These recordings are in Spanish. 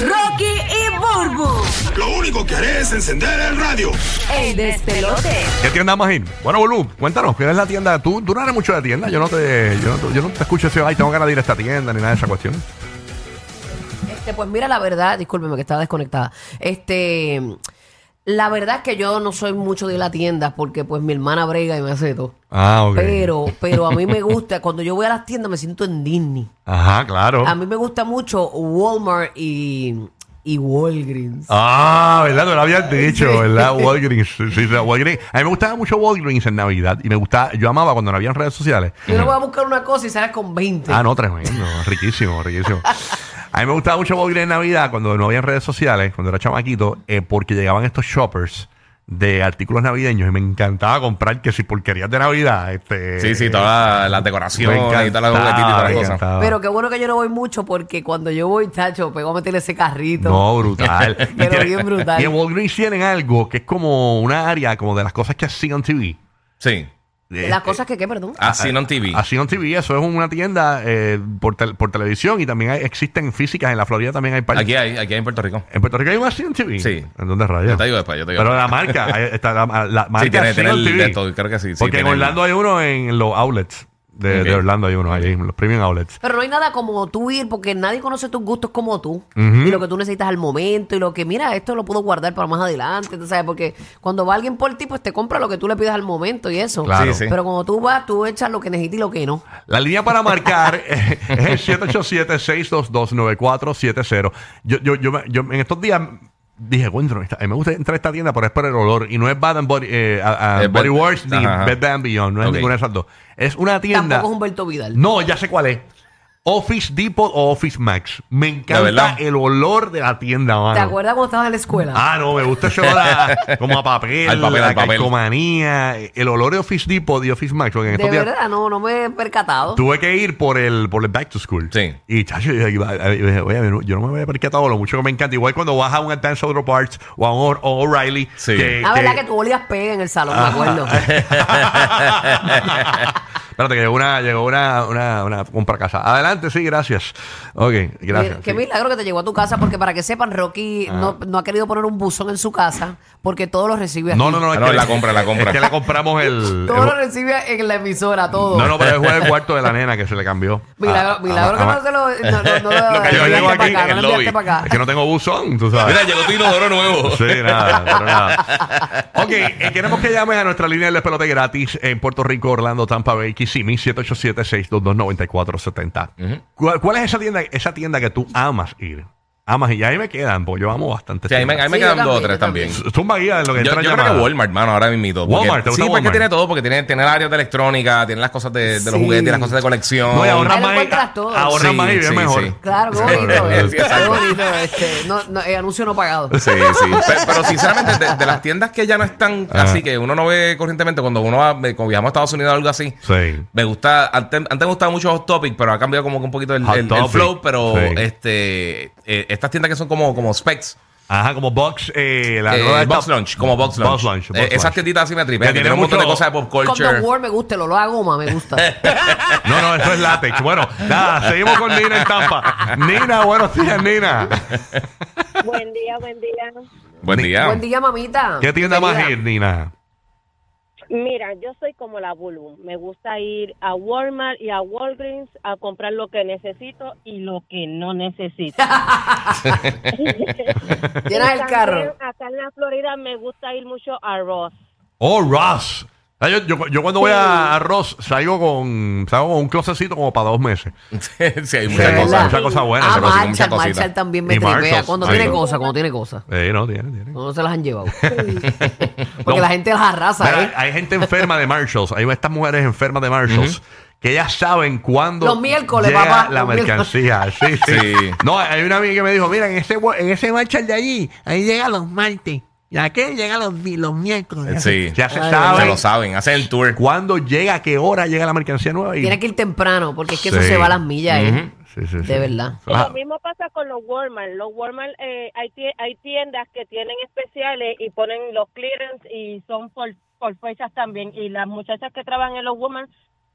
Rocky y Burbu, Lo único que haré es encender el radio. el despelote. ¿Qué tienda más ir? Bueno, Bolu, cuéntanos, ¿qué es la tienda? Tú, tú no eres mucho de tienda, yo no te, yo no, te- yo no te escucho decir, ay, tengo ganas de ir a esta tienda, ni nada de esa cuestión. Este, pues mira, la verdad, discúlpeme que estaba desconectada. Este, la verdad es que yo no soy mucho de la tienda porque pues mi hermana brega y me hace todo. Ah, ok. Pero, pero a mí me gusta, cuando yo voy a las tiendas me siento en Disney. Ajá, claro. A mí me gusta mucho Walmart y, y Walgreens. Ah, ¿verdad? Te lo habías dicho, ¿verdad? Walgreens. Sí, sí, Walgreens. A mí me gustaba mucho Walgreens en Navidad y me gustaba, yo amaba cuando no había redes sociales. Yo no voy a buscar una cosa y sales con 20. Ah, no, tremendo. riquísimo, riquísimo. A mí me gustaba mucho Walgreens en Navidad cuando no había redes sociales, cuando era chamaquito, eh, porque llegaban estos shoppers de artículos navideños y me encantaba comprar que si porquerías de Navidad. Este, Sí, sí, todas las Me decoraciones encantaba, y todas las juguetitas y todas me las cosas. encantaba. Pero qué bueno que yo no voy mucho porque cuando yo voy, chacho, pego a meter ese carrito. No, brutal. Y Pero tiene- bien brutal. Y en Walgreens tienen algo que es como una área como de las cosas que hacían on TV. Sí. Eh, Las cosas que, ¿qué, perdón? Así no en TV. Así on TV, eso es una tienda eh, por, tel- por televisión y también hay- existen físicas. En la Florida también hay par- Aquí hay, aquí hay en Puerto Rico. En Puerto Rico hay una Así on TV. Sí. ¿En dónde rayos? Yo te digo después, yo te digo. Pero la marca, ahí está la, la marca sí, tiene, Así tiene on el TV. de todo, creo que sí. sí, Porque en tiene el- Orlando hay uno en los outlets. De, de Ok. Orlando hay uno, ahí, en los premium outlets. Pero no hay nada como tú ir, porque nadie conoce tus gustos como tú. Y lo que tú necesitas al momento, y lo que, mira, esto lo puedo guardar para más adelante, ¿tú sabes? Porque cuando va alguien por ti, pues te compra lo que tú le pides al momento y eso. Claro. Sí, sí. Pero cuando tú vas, tú echas lo que necesitas y lo que no. La línea para marcar eh, es el 787-622-9470. Yo, yo, yo, me- yo en estos días dije, bueno, esta- me gusta entrar a esta tienda, pero es por el olor. Y no es Bad and Body, eh, a- a- Es Body Bed- Works ni Ajá, ajá. Bed Bath and Beyond. No es Ok. ninguna de esas dos. Es una tienda. Tampoco es Humberto Vidal. No, ya sé cuál es. Office Depot o Office Max. Me encanta verdad? el olor de la tienda, mano. ¿Te acuerdas cuando estabas en la escuela? Ah, no, me gusta ese olor a- como a papel, Al papel, a al papel. calcomanía. El olor de Office Depot y Office Max. Porque en de estos días verdad, no, no me he percatado. Tuve que ir por el, por el back to school. Sí. Y chacho, yo, iba- yo- oye, yo no- yo no me había percatado lo mucho que me encanta. Igual cuando vas a un Advanced Auto Parts o a un O- O'Reilly. Sí. La Ah, este- verdad que tú olías pega en el salón, Ah, me acuerdo. Espérate, que llegó una, llegó una, una, una compra a casa. Adelante, sí, gracias. Ok, gracias. Mira, Qué sí. Ah. milagro que te llegó a tu casa, porque para que sepan, Rocky no, no ha querido poner un buzón en su casa, porque todo lo recibe aquí. No, no, no, Ah, no, la compra, la compra. Es que le compramos el. Todo lo el- recibe en la emisora, todo. no, no, pero es el cuarto de la nena que se le cambió. Milagro, Ah, milagro ah, ah, que no se lo. No, no, no, Lo que yo enviaste llego pa' acá, aquí no en el lo enviaste lobby. pa' acá. Es que no tengo buzón, tú sabes. Mira, llegó tu inodoro nuevo. Sí, nada, pero nada. Ok, eh, queremos que llames a nuestra línea del despelote gratis en Puerto Rico, Orlando, Tampa Bay, Kissimmee, 787-622-9470. ¿Cuál, cuál es esa tienda, esa tienda que tú amas ir? Amas ir. Y ahí me quedan, porque yo amo bastante. Sí, ahí me, ahí me Sí, yo quedan dos también, o tres yo también. también. Tumba guía de lo que Yo, entra yo creo llamada. que Walmart, mano, ahora mismo. porque- Walmart, ¿te gusta Sí, porque Walmart? tiene todo, porque tiene, tiene el área de electrónica, tiene las cosas de, de los Sí. juguetes, las cosas de colección. No, y ahorras Ahí lo más encuentras todo. Ahorras Sí, más y es sí, mejor. sí. Claro, qué Sí, bonito. sí, este, qué exacto. bonito. Este, no, no, eh, anuncio no pagado. Sí, sí. Pe- Pero, sinceramente, de, de las tiendas que ya no están así, que uno no ve corrientemente, cuando uno va, eh, cuando viajamos a Estados Unidos o algo así, Sí. me gusta, antes, antes me gustaba mucho Hot Topic, pero ha cambiado como que un poquito el, Hot el- el Topic, flow, pero sí. este eh, estas tiendas que son como, como specs. Ajá, como box. Eh, la eh, nueva esta- box lunch, como box lunch. Box lunch. box Eh, esas lunch. tienditas así me tripean, Que que tienen tienen un montón de mucho- cosas de pop culture. Condom War me gusta, lo lo hago, goma, me gusta. No, no, eso es látex. Bueno, nada, seguimos con Nina en Tampa. Nina, buenos días, Nina. Buen día, buen día. Buen día. Buen día, mamita. ¿Qué tienda más Bienvenida. ir, Nina? Mira, yo soy como la Bulum. Me gusta ir a Walmart y a Walgreens a comprar lo que necesito y lo que no necesito. Llenas Ah, el carro. También acá en la Florida me gusta ir mucho a Ross. Oh, Ross. Ah, Yo, yo- yo cuando voy a, a Ross salgo con, salgo con un closecito como para dos meses. sí, Muchas hay muchas ¿Verdad? cosas, cosas. muchas cosas buenas. Ah, se consigue Marshall, muchas cositas. Marshall también me Y tripea. Marshalls, Cuando ahí. tiene cosas, cuando tiene cosas. Eh, no, tiene, tiene. No se las han llevado. Porque No. la gente las arrasa, Mira, ¿eh? hay gente enferma de Marshalls. Hay estas mujeres enfermas de Marshalls que ellas saben cuándo Los miércoles, llega papá, la los miércoles. mercancía. Sí, sí. Sí. No, hay una amiga que me dijo, mira, en ese, en ese Marshall de allí, ahí llega los martes. Y aquel llega los, di- los miércoles. Sí. Ya se Ay, sabe Se lo saben, hacen el tour. cuándo llega, a qué hora llega la mercancía nueva. Y... Tiene que ir temprano, porque es que eso Sí. se va a las millas, ¿eh? Ujú. Sí, sí, sí. De verdad. Y Ah, Lo mismo pasa con los Walmart. Los Walmart, eh, hay, tie- hay tiendas que tienen especiales y ponen los clearance y son por, por fechas también. Y las muchachas que trabajan en los Walmart,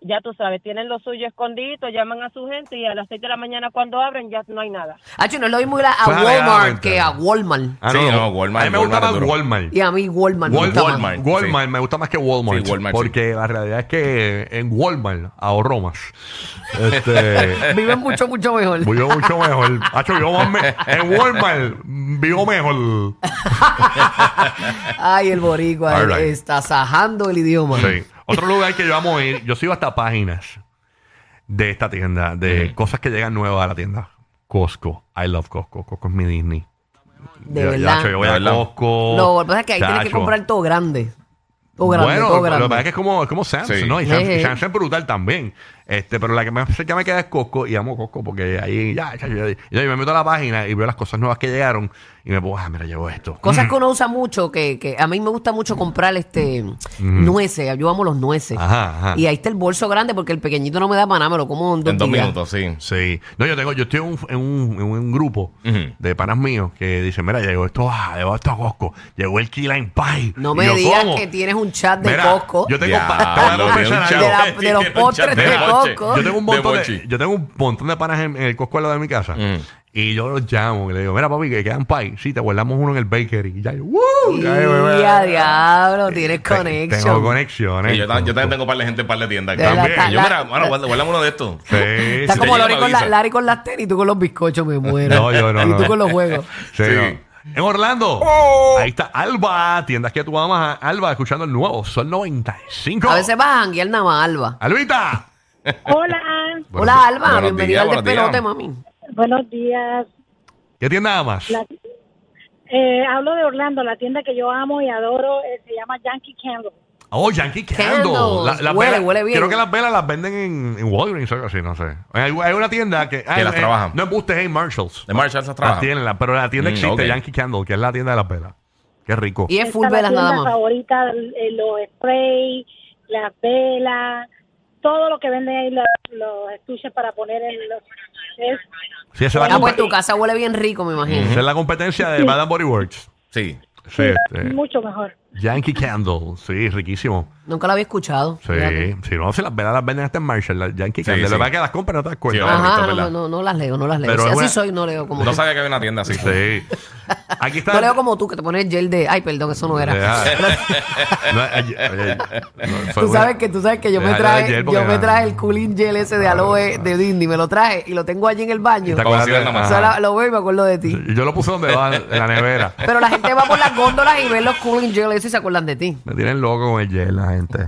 ya tú sabes, tienen lo suyo escondido, llaman a su gente y a las 6 de la mañana cuando abren ya no hay nada. Ah, no es lo mismo ir a, a Fue Walmart alegadamente. que a Walmart. ah, Sí, no, Walmart, A mí me gusta Walmart más es duro. Walmart. Y a mí Walmart. me Wal- gusta más. Walmart. Walmart, me gusta más que Walmart. Sí, Walmart, porque la realidad es que en Walmart ahorro más. Este, Viven mucho, mucho mejor. vivo mucho mejor. Hacho, vivo más me- en Walmart vivo mejor. Ay, el boricua All right. está sajando el idioma. Sí. Otro lugar que yo amo ir, yo sigo hasta páginas de esta tienda, de cosas que llegan nuevas a la tienda. Costco. I love Costco. Costco es mi Disney. De Yo- yo, verdad. hacho, yo voy De a verdad. Costco. Lo que pasa es que ahí tienes que chacho. comprar todo grande. Todo grande, bueno, todo lo- lo grande. que pasa es que es como, es como Samsung, Sí. ¿no? Y Samsung, Ejé. y Samsung es brutal también. Este, pero la que más cerca me queda es Costco y amo Costco porque ahí ya, ya, yo, yo me meto a la página y veo las cosas nuevas que llegaron y me pongo, ah, mira, llevo esto. Cosas que uno usa mucho, que, que a mí me gusta mucho comprar este nueces. Yo amo los nueces. Ajá, ajá. Y ahí está el bolso grande porque el pequeñito no me da para nada, me lo como en dos, En dos días. minutos, sí. Sí. No, yo tengo, yo estoy en un, en un, en un grupo Ujú. de panas míos que dicen, mira, llegó esto, ah, llegó esto a Costco, llegó el Key Lime Pie. No Y me yo, digas ¿cómo? que tienes un chat de Mira, Costco. Yo tengo, Ya, pa- te voy a lo de confesar un algo. De, la- de los Tiene un postres chat de, de noche. Costco. Yo tengo un De montón de, Bochi. yo tengo un montón de panas en, en el Costco al lado de mi casa. Mm. Y yo los llamo y le digo, mira papi, que quedan pie. Sí, te guardamos uno en el bakery. Y ya yo, ¡woo! Ya yo, Y a diablo, Te- tienes Tengo conexión. conexiones. Sí, Yo, ta- yo también tengo un par de gente, un par de tiendas. De que- la- También. Yo, la- mira, bueno, guarda- guárdame uno de estos. Sí, Está sí. como Te Larry lleva con, la, avisa. Larry con las tenis y tú con los bizcochos, me muero. No, yo no, Y tú no. con los juegos. Sí, Sí. Oh. no. En Orlando, ahí está Alba, tiendas que tú amas, Alba, escuchando el nuevo, son 95. A veces vas a janguear nada más, Alba. Alvita. Hola, Hola, Alba. buenos Bienvenida días, al buenos días. despelote, mami. buenos días. ¿Qué tienda amas? La- Eh, hablo de Orlando, la tienda que yo amo y adoro eh, se llama Yankee Candle. Oh, Yankee Candles. Candle. La- las Huele, velas- huele bien. Creo que las velas las venden en, en Walgreens o algo así, no sé. Hay, hay una tienda que... ay, las eh, trabajan. No embuste, es en Marshalls. De Marshall se Las trabaja. tienen, la- pero la tienda Mm, existe, ok. Yankee Candle, que es la tienda de las velas. Qué rico. Y es Esta full es la velas nada tienda más. favorita, eh, los spray, las velas, todo lo que venden ahí, los, los estuches para poner en los... es- Sí, esa es la, Ah, pues compe- tu casa huele bien rico, me imagino. esa es la competencia de Bad Body Works. Sí. Sí, este, mucho mejor. Yankee Candle, sí, riquísimo. Nunca la había escuchado. Mm. Sí, Fíjate. si no, si las velas las venden hasta en Marshall, las Yankee Sí, Candle. sí. Lo que pasa es que las compras no te das cuenta. Sí, Ajá, Esto, no, ¿verdad? no, no las leo, no las leo. Pero Si es así buena- soy, no leo como No tú. sabía que había una tienda así. Sí. Aquí está. No leo como tú, que te pones gel de... Ay, perdón, eso no era. Deja. No, ay, ay, ay, no, fue Tú sabes una- que, tú sabes que yo me pues Deja de traje, ayer yo porque me no. Ah, traje el cooling gel ese de aloe de Disney, me lo traje y lo tengo allí en el baño. ¿Te Como acuerdas si de- nada más. O Ajá. sea, la- lo veo y me acuerdo de ti. Yo lo puse donde va en la nevera. Pero la gente va por las góndolas y ve los cooling gel esos y se acuerdan de ti. Me tienen loco con el gel, la gente.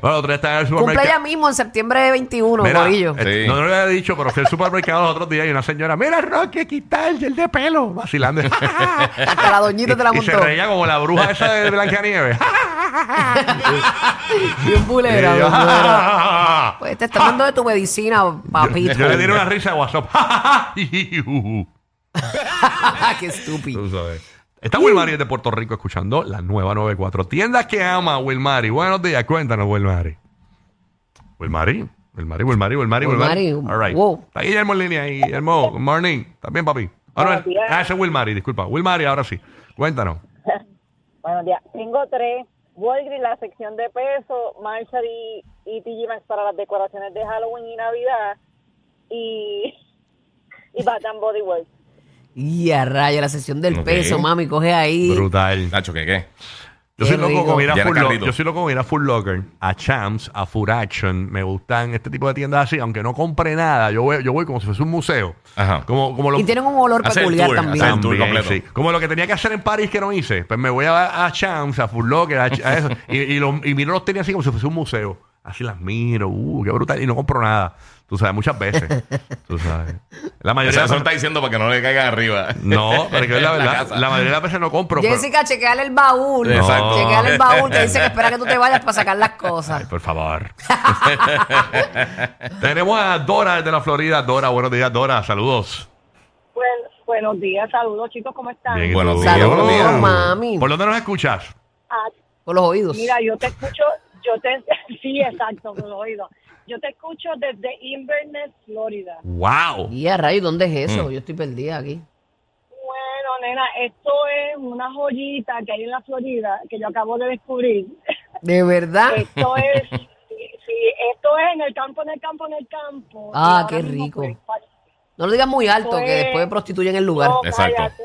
Bueno, otra está en el Cumple ya supermercado. mismo en septiembre de 21, Pues Mira, Corillo. este, Sí. No, no lo había dicho, pero fui al supermercado los otros días y una señora, mira, Rocky, quita el gel de pelo, vacilando. Hasta la doñita te la Y- Y se montó. reía como la bruja esa de Blancanieves. Bien Y bulera, yo, "Ah". bien bulera. Pues te está dando de tu medicina, papito. Yo le tiré una risa de WhatsApp. Qué estúpido. Tú sabes. Está Wilmary de Puerto Rico escuchando la nueva 94. Tiendas que ama Wilmary. Buenos días, cuéntanos, Wilmary. Wilmary, Wilmary, Wilmary, Wilmary, Wilmary. Wilmary, All right. wow. Está Guillermo en línea ahí, Guillermo. Good morning. También, papi. Ah, no, Buenos días. ah, ese es Wilmary, disculpa. Wilmary, ahora sí. Cuéntanos. Buenos días. Tengo tres. Walgreens, la sección de peso, Marshall y, y TG Maxx para las decoraciones de Halloween y Navidad y, y Bath and Body Works. Y a rayo, la sesión del Ok. peso, mami, coge ahí. Brutal. Nacho, ¿qué qué? Yo Qué soy, loco rico. con ir a Llena full Lo- carrito. yo soy loco con ir a Full Locker, a Champs, a Food Action. Me gustan este tipo de tiendas así, aunque no compre nada. Yo voy, yo voy como si fuese un museo. Ajá. Como, como lo, Y tienen un olor Hacer el peculiar tour, también. hacer el tour También, completo. sí. Como lo que tenía que hacer en París que no hice. Pues me voy a, a Champs, a Full Locker, a, a eso. y, y, lo- y miro los tenis así como si fuese un museo. Así las miro, uh, qué brutal. Y no compro nada. Tú sabes, muchas veces. Tú sabes. La mayoría Eso de lo las está diciendo para que no le caiga arriba. No, pero que es la verdad. casa. La, mayoría de las veces no compro. pero- Jessica, chequeale el baúl. Exacto. Chequeale el baúl que dice que espera que tú te vayas para sacar las cosas. Ay, por favor. Tenemos a Dora desde la Florida. Dora, buenos días, Dora. Saludos. Bueno, Pues, Buenos días, saludos chicos, ¿cómo están? Bien, ¿y Buenos tú? días, buenos días. mami. ¿Por dónde nos escuchas? Ah, Con los oídos. mira, yo te escucho, yo te, sí, exacto, con los oídos. Yo te escucho desde Inverness, Florida. ¡Wow! Y a rayo, ¿dónde es Mm. eso? Yo estoy perdida aquí. Bueno, nena, esto es una joyita que hay en la Florida que yo acabo de descubrir. ¿De Ah. verdad? Esto es, sí, sí, esto es en el campo, en el campo, en el campo. Ah, Y ahora qué mismo, rico. pues, No lo digas muy alto, que Pues- después prostituyen el lugar. No, Exacto. cállate.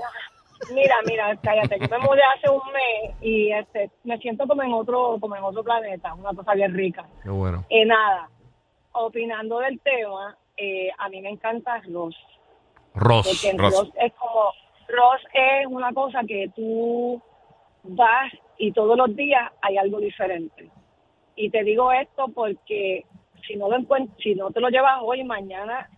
Mira, mira, cállate. Yo me mudé hace un mes y este, me siento como en otro, como en otro planeta, una cosa bien rica. Qué bueno. Eh, nada, opinando del tema, eh, a mí me encanta Ross, porque Ross. el Ross. Ross. es como, Ross es una cosa que tú vas y todos los días hay algo diferente. Y te digo esto porque si no lo encuent- si no te lo llevas hoy, mañana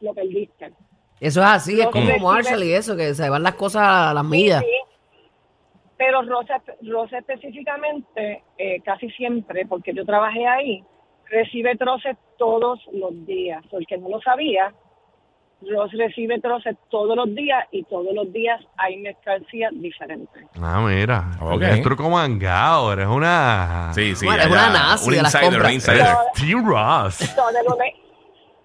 lo perdiste. Eso es así, es Los como detectives- Marshall y eso, que se van las cosas a las millas. Sí, pero Rosa, Rosa específicamente, eh, casi siempre, porque yo trabajé ahí, recibe troces todos los días. El que no lo sabía, Ross recibe troces todos los días y todos los días hay mercancía diferente. Ah, mira. Ok. Eres truco mangado. Eres una. Sí, sí. Bueno, es allá, una nazi Un de las insider, compras. un insider. Steve Ross. So, de lunes,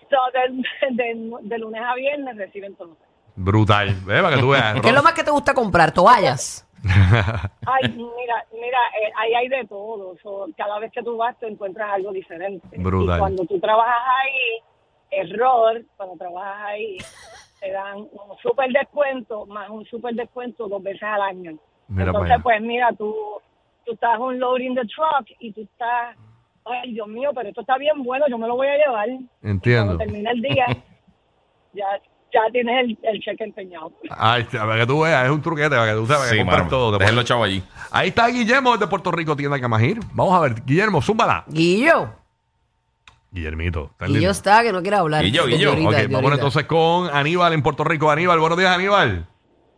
so, de, de- de lunes a viernes reciben troces. Brutal. Ve para que tú veas. ¿Qué es lo Ross. más que te gusta comprar? ¿Toallas? Ay, mira, mira, eh, ahí hay de todo. So, cada vez que tú vas, te encuentras algo diferente. Brutal. Y cuando tú trabajas ahí, error, cuando trabajas ahí, te dan un super descuento, más un super descuento dos veces al año. Mira para Entonces, allá. pues mira, tú, tú estás unloading the truck y tú estás, ay, Dios mío, pero esto está bien bueno, yo me lo voy a llevar. Entiendo. Cuando termina el día, ya, ya tienes el, el cheque empeñado. Ay, para que tú veas. Es un truquete. Para que tú sepas que Sí, compras mano. todo. te Dejen pones- los chavos allí. Ahí está Guillermo de Puerto Rico, tienda Camajir. Vamos a ver. Guillermo, zúmbala. Guillo. Guillermito. está Guillo lindo. está que no quiere hablar. Guillo, Guillo. Desde Ok, ahorita, desde vamos ahorita. entonces con Aníbal en Puerto Rico. Aníbal, buenos días, Aníbal.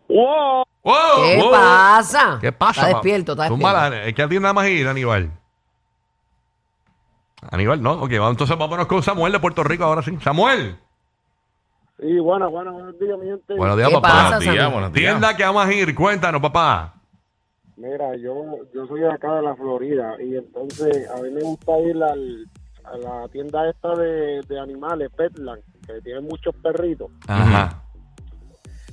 ¡Wow! ¿Qué wow. pasa? ¿Qué pasa? Está pa- despierto, está despierto. Zúmbala, es que atienda más ir, Aníbal. Aníbal, no. Ok, vamos, entonces vámonos con Samuel de Puerto Rico ahora sí. Samuel. Sí, bueno, bueno, buenos días, mi gente. Buenos días, ¿Qué papá. pasa, Buenos días, Sammy? buenos días. Tienda que vamos a ir, cuéntanos, papá. Mira, yo, yo soy de acá de la Florida y entonces a mí me gusta ir al- a la tienda esta de, de animales, Petland, que tiene muchos perritos. Ajá.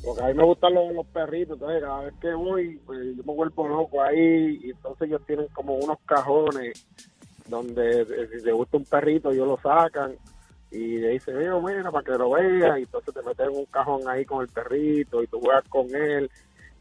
Porque a mí me gustan los, los perritos, entonces cada vez que voy, pues, yo me vuelvo loco ahí y entonces ellos tienen como unos cajones donde eh, si te gusta un perrito, ellos lo sacan y le dicen, mira, mira, para que lo veas y entonces te meten en un cajón ahí con el perrito y tú juegas con él.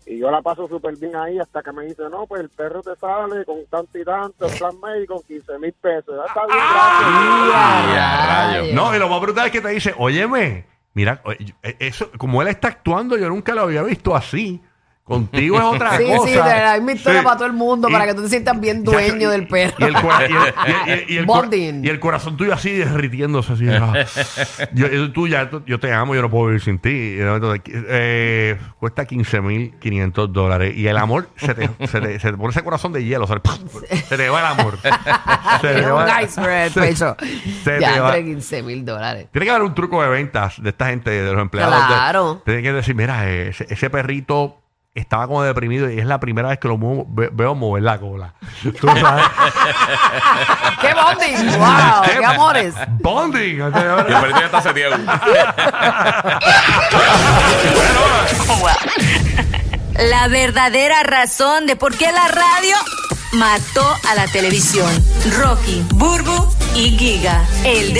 Y yo la paso súper bien ahí hasta que me dice, no, pues el perro te sale con tanto y tanto, el plan médico, 15 mil pesos. Ya está bien, gracias. Y a Ay, rayos. No, y lo más brutal es que te dice, óyeme, mira, oye, yo- eh, eso, como él está actuando, yo nunca lo había visto así. Contigo es otra Sí, cosa. sí, de la misma historia Sí. para todo el mundo, Y- para que tú te sientas bien dueño Chacho, y- del perro. Y el, cora- y el- y el- y el- y el cora- Bonding. y el corazón tuyo así derritiéndose. Así, ah. yo, yo- tú ya, tú- yo te amo, yo no puedo vivir sin ti. Entonces, eh, cuesta 15.500 dólares. Y el amor, se te, se, te, se te pone ese corazón de hielo. o sea, se te va el amor. se Es te un va- iceberg el se- pecho. se te Ya, va. entre 15 mil dólares. Tiene que haber un truco de ventas de esta gente, de los empleados. Claro. Tiene que decir, mira, ese, ese perrito estaba como deprimido y es la primera vez que lo muevo- ve- veo mover la cola. Tú sabes. ¡Qué bonding! ¡Wow! ¡Qué amores! Bonding. O sea, Y ahora- el perrito ya está seteado. La verdadera razón de por qué la radio mató a la televisión. Rocky, Burbu y Giga. El de